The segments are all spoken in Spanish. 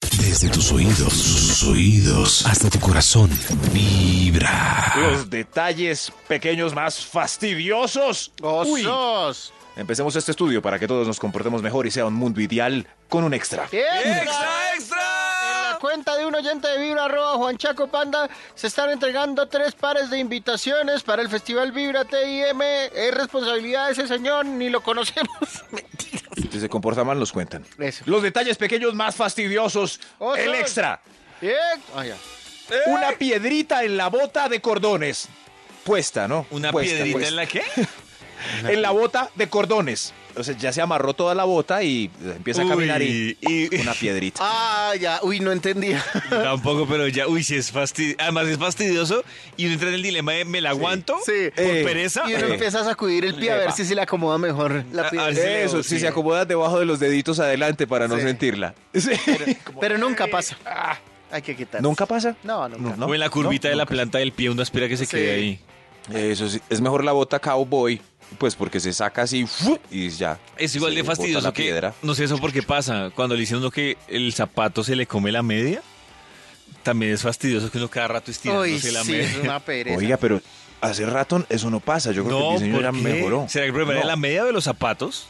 Desde tus oídos, sus oídos, hasta tu corazón, vibra. Los detalles pequeños más fastidiosos. Oh, Uy. ¡Osos! Empecemos este estudio para que todos nos comportemos mejor y sea un mundo ideal con un extra. ¡Extra, extra! En la cuenta de un oyente de Vibra, arroba Juan Chaco Panda, se están entregando tres pares de invitaciones para el Festival Vibra TIM. Es responsabilidad de ese señor, ni lo conocemos. Mentira. Si se comporta mal, nos cuentan. Eso. Oh, Los detalles pequeños más fastidiosos. Osos. El extra. Bien. Ah, ya. Una piedrita en la bota de cordones. Puesta, ¿no? ¿Una Puesta, piedrita puesta. en la qué? En la bota de cordones. O sea, ya se amarró toda la bota y eh, empieza a caminar y, Uy, y- una piedrita. Ah, ya. Uy, no entendía. Tampoco, pero ya, uy, si es fastidioso. Además es fastidioso y uno entra en el dilema de me la aguanto sí. por Eh, pereza. Y uno Eh. empieza a sacudir el pie a ver si se le acomoda mejor la A- a ver piedra. si le- Eso, si sí. se acomoda debajo de los deditos adelante para no Sí. sentirla. Sí. Pero nunca pasa. Hay que quitar. ¿Nunca pasa? No, nunca. o en la curvita de la pues. planta del pie uno espera que se Sí. quede ahí. Eso sí, es mejor la bota cowboy, pues porque se saca así ¡fu! y ya. Es igual Se de bota fastidioso la que. piedra. No sé eso por qué pasa. Cuando le dicen a uno que el zapato se le come la media, también es fastidioso que uno cada rato Uy, estirándose la sí, es media. una pereza. Oiga, pero hace rato eso no pasa. Yo creo que el No, diseño ¿por ya qué? mejoró. ¿Será que el problema No. era la media de los zapatos?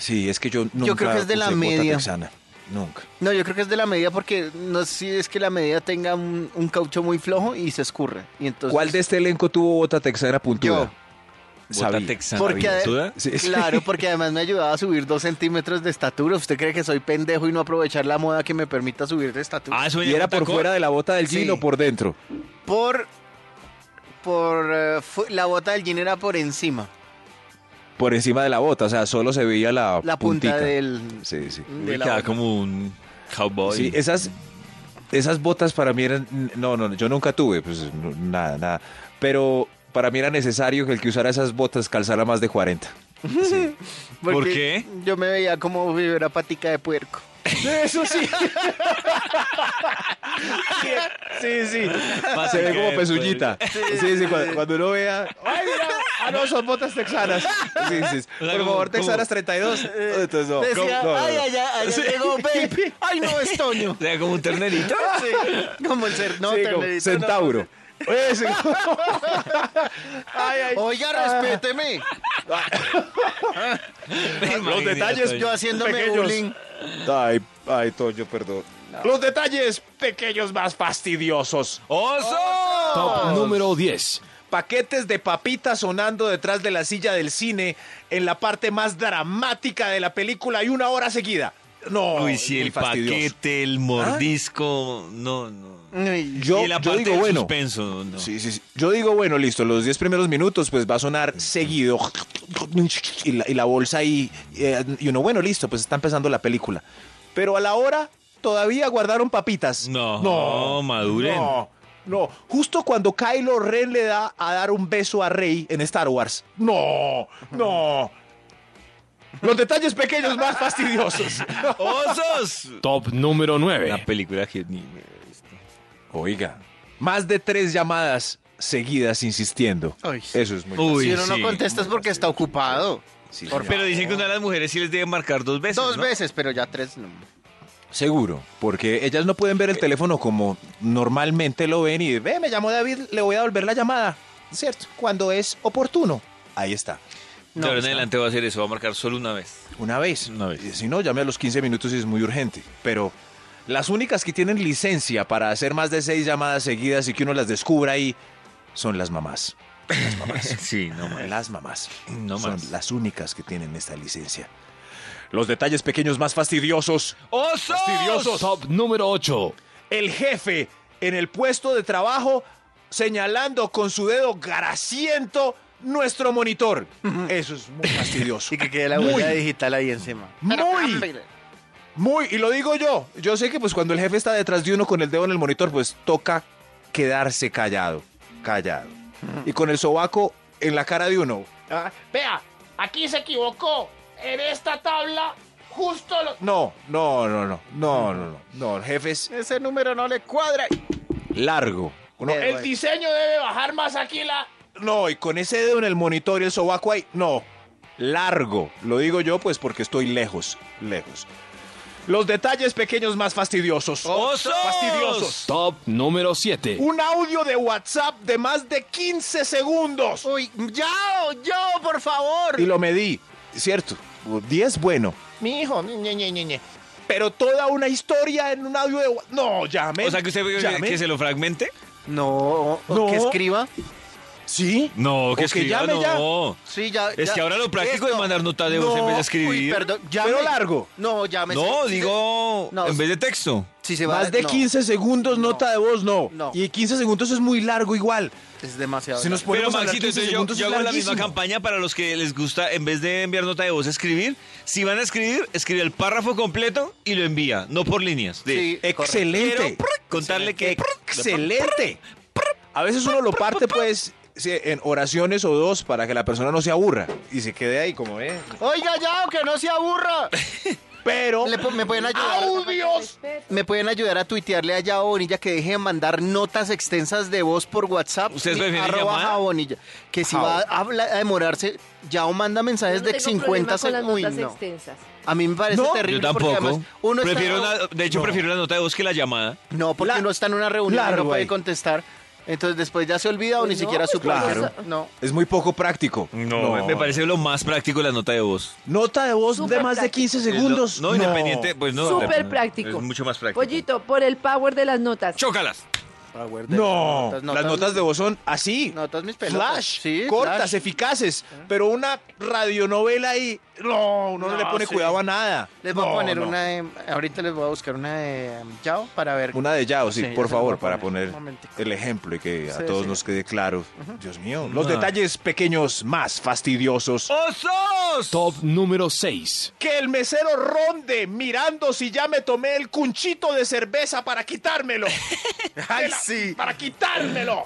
Sí, es que yo nunca creo que es de la usé bota media. texana. Nunca. No, yo creo que es de la medida porque no sé si es que la medida tenga un, un caucho muy flojo y se escurre. Y entonces, ¿Cuál de este elenco tuvo bota texana puntuda? Yo. Sabía. Bota texana. Porque ade- bigotuda. Sí, sí. Claro, porque además me ayudaba a subir dos centímetros de estatura. ¿Usted cree que soy pendejo y no aprovechar la moda que me permita subir de estatura? Ah, eso ¿Y venía era con por tacón. fuera de la bota del jean Sí. o por dentro? Por. Por. eh, fu- la bota del jean era por encima. Por encima de la bota, o sea, solo se veía la, La punta Mm. puntica. del. Sí, sí. de Uy, la quedaba bota. como un cowboy. Sí, esas, esas botas para mí eran. No, no, yo nunca tuve, pues no, nada, nada. Pero para mí era necesario que el que usara esas botas calzara más de 40. ¿Por qué? Yo me veía como si fuera patica de puerco. Eso sí. sí, sí. Más Se ve que como de pezuñita. Sí, sí, cuando, cuando uno vea. ¡Ay, mira! Ah, no, son botas texanas. Sí, sí. O sea, Por como- favor, texanas como- 32. Entonces, no. Eh, Decía, No, no, ay, no. allá, allá llegó Babe. Ay, no, es Toño. O sea, como un ternerito. Sí, como el ser. No, Sí, como ternerito, no. centauro. Ese. Ay, ay. Oiga, respéteme. Los detalles Yo haciéndome Pequeños. bullying. Ay, ay, Toño, perdón. Los detalles pequeños más fastidiosos. ¡Oso! Top número 10. Paquetes de papitas sonando detrás de la silla del cine en la parte más dramática de la película y una hora seguida. No, Uy, sí, Oh, muy el fastidioso. Ah. paquete, el mordisco. No, no. Ay, Yo, y la yo parte digo, del bueno. suspenso. No. Sí, sí, sí. Yo digo, bueno, listo, los 10 primeros minutos, pues va a sonar seguido. Y la, y la bolsa ahí. eh, y uno, bueno, listo, pues está empezando la película. Pero a la hora todavía guardaron papitas. No, maduren. No, no. Justo cuando Kylo Ren le da a dar un beso a Rey en Star Wars. No, no. Los detalles pequeños más fastidiosos. ¡Osos! Top número La 9. película que ni... Oiga, más de tres llamadas seguidas insistiendo. Ay. Eso es muy Uy, si uno sí. no contesta es porque está ocupado. Sí, Por señor. Pero dicen que una de las mujeres sí les debe marcar dos veces. Dos ¿no? veces, pero ya tres no. Seguro, porque ellas no pueden ver Eh. el teléfono como normalmente lo ven y ve, me llamó David, le voy a volver la llamada, ¿cierto? Cuando es oportuno. Ahí está, De ahora en adelante va a hacer eso, va a marcar solo una vez. una vez. Una vez. Y Si no, llame a los 15 minutos y es muy urgente. Pero las únicas que tienen licencia para hacer más de seis llamadas seguidas y que uno las descubra ahí son las mamás. Las mamás. Sí, no más. Las mamás No son más. las únicas que tienen esta licencia. Los detalles pequeños más fastidiosos ¡Osos! Fastidiosos. Top número 8. el jefe en el puesto de trabajo señalando con su dedo garaciento nuestro monitor. Eso es muy fastidioso. Y que quede la huella digital ahí encima. ah, Muy, muy, y lo digo yo. Yo sé que pues cuando el jefe está detrás de uno con el dedo en el monitor, pues toca quedarse callado, callado. Y con el sobaco en la cara de uno. Ah, Vea, aquí se equivocó. En esta tabla, justo lo. No, no, no, no, no, no, no, no, jefes Ese número no le cuadra. largo. Uno- Pero- El diseño debe bajar más aquí la. No, y con ese dedo en el monitor y el sobaco ahí, no. Largo. Lo digo yo, pues porque estoy lejos, lejos. Los detalles pequeños más fastidiosos. ¡Osos! Fastidiosos. Top número 7. Un audio de WhatsApp de más de 15 segundos. Uy, yo, yo, por favor. Y lo medí, ¿cierto? 10 bueno. Mi hijo, ñe, ñe, ñe, ñe. Pero toda una historia en un audio de WhatsApp. No, llame. O sea, que usted ve que, llame. que se lo fragmente. No, No. que escriba. Sí. No, que O que escriba, llame ya. no. Sí, ya. Es ya. que ahora lo práctico es Esto. mandar nota de voz en vez de escribir. Uy, perdón, ya Pero me- largo. No, ya me no, sí, digo, No, en vez de texto. sí se va, Más de no, 15 segundos nota de voz, no. No. Y 15 segundos es muy largo igual. Es demasiado. Si nos largo. podemos Pero Maxito, entonces yo, yo hago la misma campaña para los que les gusta, en vez de enviar nota de voz, escribir. Si van a escribir, escribe el párrafo completo y lo envía, no por líneas. De, Sí, correcto. Excelente. Quiero prr, contarle que... Excelente. A veces uno lo parte pues sí, en oraciones o dos para que la persona no se aburra y se quede ahí como eh. Oiga, ya, que no se aburra. Pero Le po- me pueden ayudar. ¡Audios! Me pueden ayudar a tuitearle a Yao Bonilla que deje de mandar notas extensas de voz por WhatsApp. ¿Ustedes Sí, prefieren arroba llamada? Jao Bonilla. Que si Jao. va a, habla- a demorarse, Yao manda mensajes Yo no de tengo 50 problema con las segundos. Uy, notas no. extensas. A mí me parece No, terrible. Yo Porque tampoco. además uno está- Prefiero una- de hecho, prefiero la nota de voz que la llamada. No, porque uno está en una reunión y no Largo puede ahí. contestar. Entonces después ya se olvida o Pues ni no, siquiera pues supo. claro. hacer- No. es muy poco práctico. Me, me parece lo más práctico la nota de voz. Eh, Nota de voz de Súper más de práctico. 15 segundos. No, no, independiente, pues no. Súper depende. práctico. Es mucho más práctico. Pollito, por el power de las notas. Chócalas. No, las notas de voz son así. Notas mis pelotas. Flash, Sí, cortas, flash. eficaces, pero una radionovela ahí, no, uno no, le pone cuidado a nada. Les voy No, a poner no. una de, Ahorita les voy a buscar una de um, Yao para ver. Ah, Una de Yao, sí, Sí, por esa la favor, voy a para poner. poner Un momentico. el ejemplo y que a Sí, todos sí. nos quede claro. Dios mío, los No. detalles pequeños más fastidiosos. ¡Osos! Top número 6. Que el mesero ronde mirando si ya me tomé el cunchito de cerveza para quitármelo. ¡Ay, Que la- sí! Para quitármelo.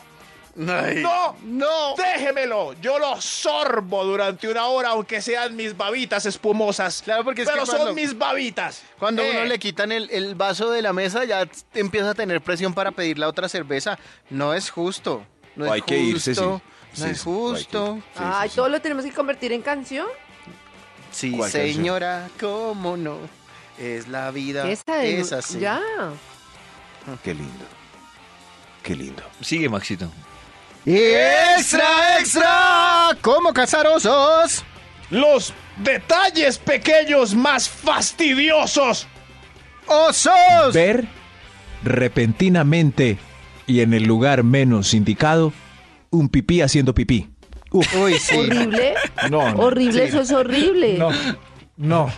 Ay. No, ¡No! déjemelo. Yo lo sorbo durante una hora, aunque sean mis babitas espumosas. Claro, porque es Pero que son cuando- mis babitas. Cuando Eh, uno le quitan el, el vaso de la mesa, ya t- empieza a tener presión para pedir la otra cerveza. No es justo. No Hay es que justo. irse, sí. No Sí, es sí, hay que justo. ir. Ay, todo lo tenemos que convertir en canción. Sí, ¿Cuál canción? señora, cómo no. Es la vida. Esa de. es así. Ya. Qué lindo. Qué lindo. Sigue, Maxito. ¡Extra, extra! ¿Cómo cazar osos? Los detalles pequeños más fastidiosos. ¡Osos! Ver repentinamente y en el lugar menos indicado un pipí haciendo pipí. Uf, Uy, sí. Horrible. no, no, horrible, eso es horrible. no, no,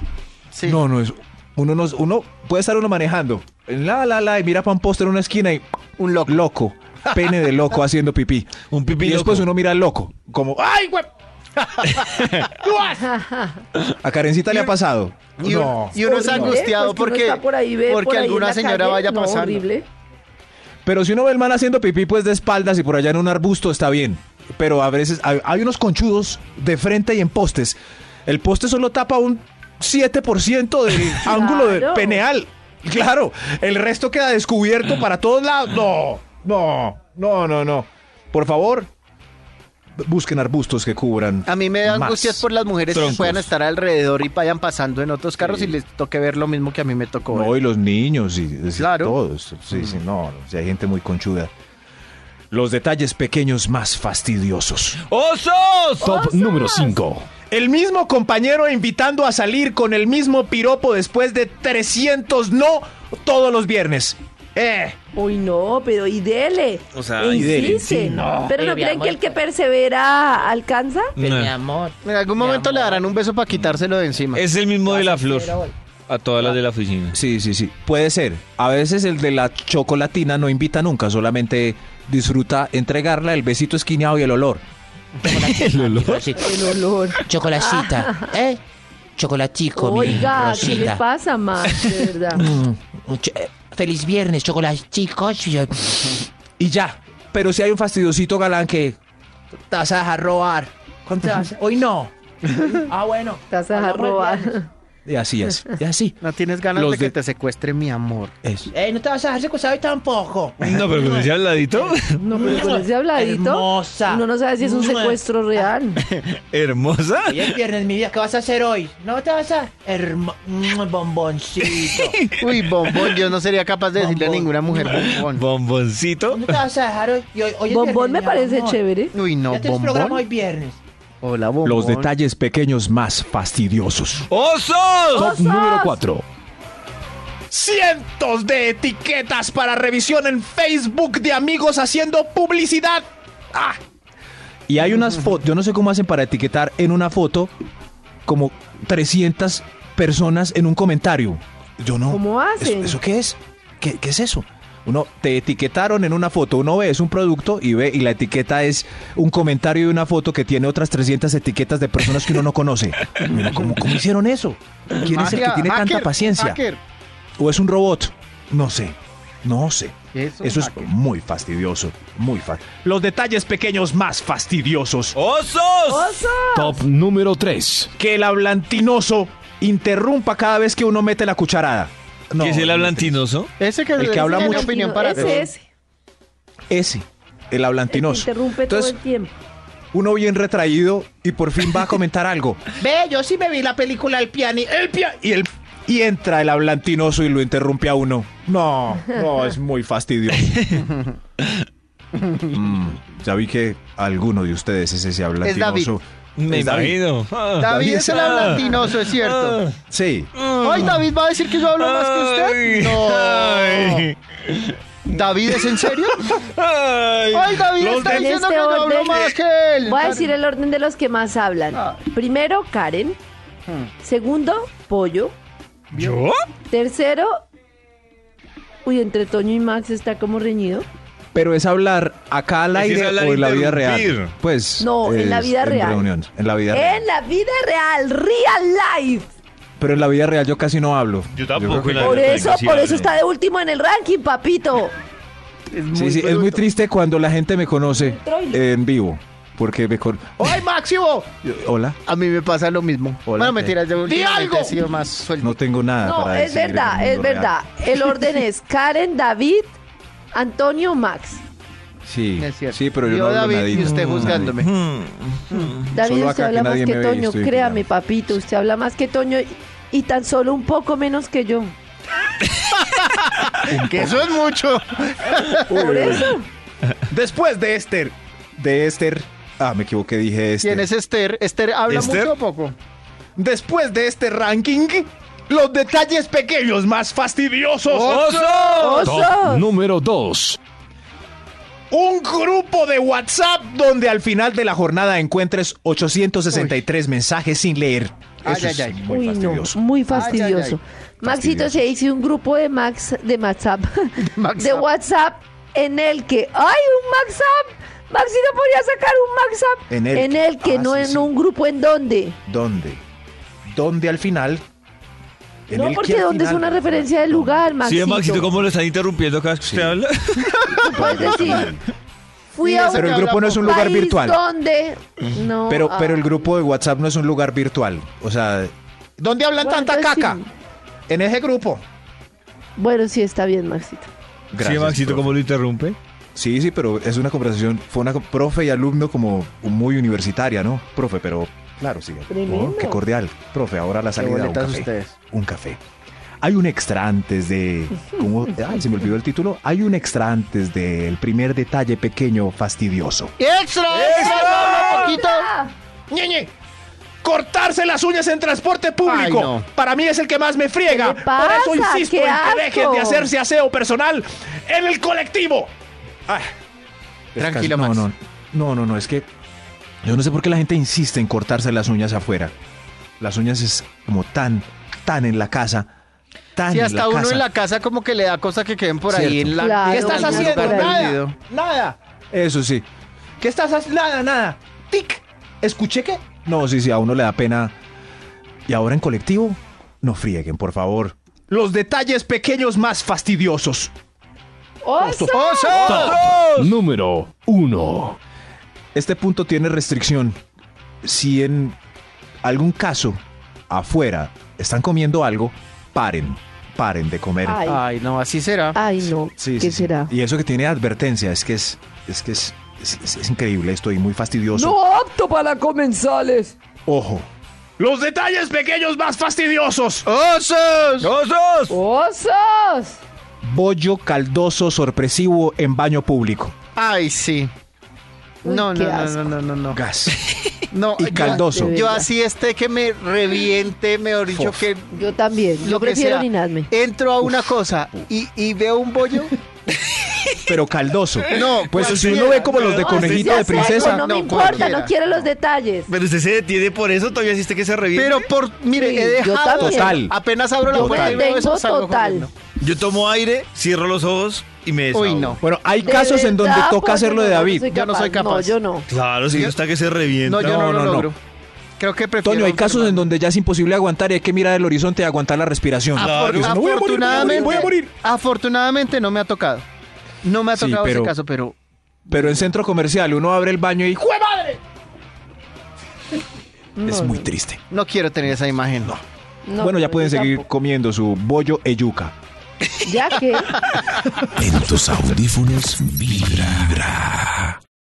sí. no, no es. Uno, no, uno puede estar uno manejando. La, la, la, y mira para un poste en una esquina y Un loco. loco. Pene de loco haciendo pipí. Un pipí Y después loco. uno mira al loco. Como, ¡ay, güey! A Karencita le ha pasado. Y, un- y uno está Horrible, angustiado pues que uno porque, está por ahí, ve, porque por ahí en alguna la señora calle. vaya No, pasando. horrible. Pero si uno ve el man haciendo pipí, pues de espaldas y por allá en un arbusto está bien. Pero a veces hay, hay unos conchudos de frente y en postes. El poste solo tapa un 7% del ángulo del Claro. peneal. Claro, el resto queda descubierto para todos lados. No, no, no, no, no. Por favor, b- busquen arbustos que cubran. A mí me da más. angustias por las mujeres que troncos. puedan estar alrededor y vayan pasando en otros carros y les toque ver lo mismo que a mí me tocó. No, ver. y los niños, y, es- Claro. todos. Sí, sí, no, no, sí, hay gente muy conchuda. Los detalles pequeños más fastidiosos. ¡Osos! Top número 5. El mismo compañero invitando a salir con el mismo piropo después de 300 no todos los viernes. Eh, Uy, no, pero y dele. O sea, E y dele, insiste. sí, no. Pero no Pero, mi creen que amor, el que persevera alcanza. Pero, Nah. mi amor. En algún mi momento le amor, darán un beso para quitárselo de encima. Es el mismo de la flor. A todas las de la oficina. sí, sí, sí, puede ser. A veces el de la chocolatina no invita nunca, solamente disfruta entregarla el besito esquineado y el olor. chocolacita. El olor. Ah. Chocolacita, ¿eh? Chocolatico, mi Oiga, ¿qué le Rosita. pasa, Max? De verdad. Mm, ch- eh, Feliz viernes, chocolaticos. Y ya. Pero si hay un fastidiosito galán que Te vas a dejar robar. ¿Cuánto te vas? Hoy no. Ah, bueno. Te vas a dejar robar. Y así es. Y así. No tienes ganas Los de que de- te secuestre mi amor. Eso. Eh, no te vas a dejar secuestrado hoy tampoco. No, pero con ese habladito. No, pero con ese habladito. Hermosa. Uno no sabe si es un secuestro real. Hermosa. Hoy es viernes, mi vida, ¿qué vas a hacer hoy? No te vas a... Hermo... mm, Bomboncito. Uy, bombón, yo no sería capaz de decirle a Bombón. ninguna mujer bombón. Bomboncito. No te vas a dejar hoy? Y hoy, hoy es Bombón me viernes, mi parece amor. chévere. Uy, no, ya tienes programa hoy bombón. viernes. Hola, bombón. Los detalles pequeños más fastidiosos. ¡Osos! Top número 4. Cientos de etiquetas para revisión en Facebook de amigos haciendo publicidad. ¡Ah! Y hay unas fotos, yo no sé cómo hacen para etiquetar en una foto como 300 personas en un comentario. Yo no. ¿Cómo hacen? ¿Eso, eso qué es? ¿Qué, qué es eso? Uno, te etiquetaron en una foto, uno ve, es un producto y ve, y la etiqueta es un comentario de una foto que tiene otras 300 etiquetas de personas que uno no conoce. Uno, ¿Cómo, cómo hicieron eso? ¿Quién es el que Magia, tiene tanta hacker, paciencia? hacker. ¿O es un robot? No sé, no sé. Eso, Eso es hacker. muy fastidioso, muy fácil. Los detalles pequeños más fastidiosos. ¡Osos! Top número 3. Que el hablantinoso interrumpa cada vez que uno mete la cucharada. No, ¿Qué es el no, hablantinoso? Ese que, El que habla tiene mucho. opinión para ese, todo. ese, Ese, el el que hablantinoso. interrumpe Entonces, todo el tiempo. uno bien retraído y por fin va a comentar algo. Ve, yo sí me vi la película El Piani. El Piani. Y, el, y entra el hablantinoso y lo interrumpe a uno. No, no, es muy fastidioso. Mm, ya vi que alguno de ustedes es ese Es David. hablantinoso. Me Es David. imagino. Ah. David es el Ah. hablantinoso, es cierto. Sí. Ay, David va a decir que yo hablo más que usted. Ay. No. Ay. ¿David es en serio? Ay. Ay, David Los está de- diciendo este que yo hablo orden- más que él. Voy a decir el orden de los que más hablan. Ah. Primero, Karen. Segundo, Pollo. ¿Yo? Tercero, uy, entre Toño y Max está como reñido. Pero es hablar acá al Es aire hablar o en la vida interrumpir. real. Pues. No, en la es- vida real. reunión, en la vida real. En la vida real, real life. Pero en la vida real yo casi no hablo. Yo tampoco, creo en la Por vida eso, real. por eso está de último en el ranking, papito. Es que- sí, sí, es muy bruto. triste cuando la gente me conoce Troilo. en vivo. Porque me con... ¡Ay, Máximo! Yo- Hola, A mí me pasa lo mismo. Hola, bueno, ¿qué? mentira, yo últimamente algo! he sido más suelto. no tengo nada. No, Ah, para es decir en el verdad, es mundo real. verdad. El orden es Karen, David, Antonio, Max. Sí, Es cierto. sí, pero yo, Yo, no hablo Mm. David, nadita. y usted juzgándome. David, Solo usted acá que habla más nadie que me ve y Toño, estoy créame, pillado. papito, usted habla más que Toño y, y tan solo un poco menos que yo. Que eso es mucho. Por eso. Después de Esther. De Esther. Ah, me equivoqué, dije Esther. ¿Quién es Esther? ¿Esther habla ¿Esther? mucho o poco? Después de este ranking, los detalles pequeños más fastidiosos. Top ¡Oso! número 2. Un grupo de WhatsApp donde al final de la jornada encuentres 863 mensajes sin leer. Ay, Eso ay, es ay. muy Uy, no, fastidioso. muy fastidioso. Ay, Maxito Fastidioso. se hizo un grupo de Max de WhatsApp, Max de Up. WhatsApp en el que ay un WhatsApp, Maxito podría sacar un WhatsApp En el que. que Ah, no sí, en sí. un grupo en donde. ¿Dónde? ¿Dónde al final? En No el que porque al donde es final- una referencia de lugar, Sí, Maxito. Maxito, ¿cómo lo están interrumpiendo cada vez que usted habla? Tú puedes decir. Fui Sí, a un Pero el Habla grupo no es un lugar país virtual. donde no. Pero, pero el ah. grupo de WhatsApp no es un lugar virtual. O sea, ¿dónde hablan Bueno, pues tanta entonces caca? En ese grupo. Bueno, sí está bien, Maxito. sí, Maxito, profe. ¿cómo lo interrumpe? Sí, sí, pero es una conversación, fue una co- profe y alumno como muy universitaria, ¿no? Profe, pero claro, sí. Tremendo. Oh, qué cordial. Profe, ahora la Qué salida, un boletas café. ustedes. Un café. Hay un extra antes de... ¿cómo? Ay, se me olvidó el título. Hay un extra antes del primer detalle pequeño fastidioso. ¡Extra! ¡Extra! Habla poquito. ¡Ñeñe! Cortarse las uñas en transporte público. Ay, no. Para mí es el que más me friega. ¿Qué le pasa? Por eso insisto ¡Qué en asco! que dejen de hacerse aseo personal en el colectivo. Ah. Tranquilo, no, Max. No, no, no, no, es que yo no sé por qué la gente insiste en cortarse las uñas afuera. Las uñas es como tan, tan en la casa. Tan Sí, en hasta la uno casa. en la casa como que le da cosa que queden por ahí Cierto. en la... Claro. ¿Qué estás en algún haciendo? lugar Nada. perdido. Nada. Eso sí. ¿Qué estás haciendo? Nada, nada. Tic. ¿Escuché qué? No, sí, sí, a uno le da pena. Y ahora en colectivo, no frieguen, por favor. Los detalles pequeños más fastidiosos. ¡Oso! ¡Oso! Top número 1. Este punto tiene restricción. Si en algún caso afuera están comiendo algo, paren, paren de comer. Ay, Ay, no, así será. ay, no. Sí, ¿Qué sí, sí. será? Y eso que tiene advertencia, es que es, es que es, es- es- es increíble, estoy muy fastidioso. No apto para comensales. Ojo. Los detalles pequeños más fastidiosos. Oh. ¡Osos! ¡Osos! ¡Osos! Bollo caldoso sorpresivo en baño público. Ay, sí. Uy, No, qué no, no, asco. no, no, no, no. Gas. No, Y yo- caldoso. Yo así esté que me reviente, mejor dicho, Fof. que Yo también. Yo lo que prefiero sea. Ninazme. Entro a una cosa y, y veo un bollo. Pero caldoso. No, Pues si cualquiera. uno ve como los de No, conejito Ya de sé, princesa. No, me No, importa, cualquiera. no quiero los detalles. Pero usted se detiene por eso, todavía hiciste que se reviente. Pero por, mire, Sí, he yo dejado. también. Total. Apenas abro la Yo puerta y veo tengo eso salgo total. corriendo. Yo tomo aire, cierro los ojos y me desahogo. Uy, no. Bueno, hay De casos en donde verdad, toca porque hacerlo de no, David. Yo no soy capaz. No, yo no. Claro, si no está que se revienta. No, yo No, no, no, lo no. logro. Creo que prefiero. Toño, hay casos en enfermarme. donde ya es imposible aguantar y hay que mirar el horizonte y aguantar la respiración. Claro. Ah, Porque si no, voy a morir, voy a morir, Afortunadamente, voy a morir. afortunadamente no me ha tocado. No me ha Sí, tocado pero- ese caso, pero Pero en centro comercial uno abre el baño y ¡jue madre! es muy triste. no quiero tener esa imagen. No, bueno, ya no, pueden yo seguir tampoco. comiendo su bollo e yuca. Ya que. En tus audífonos vibra.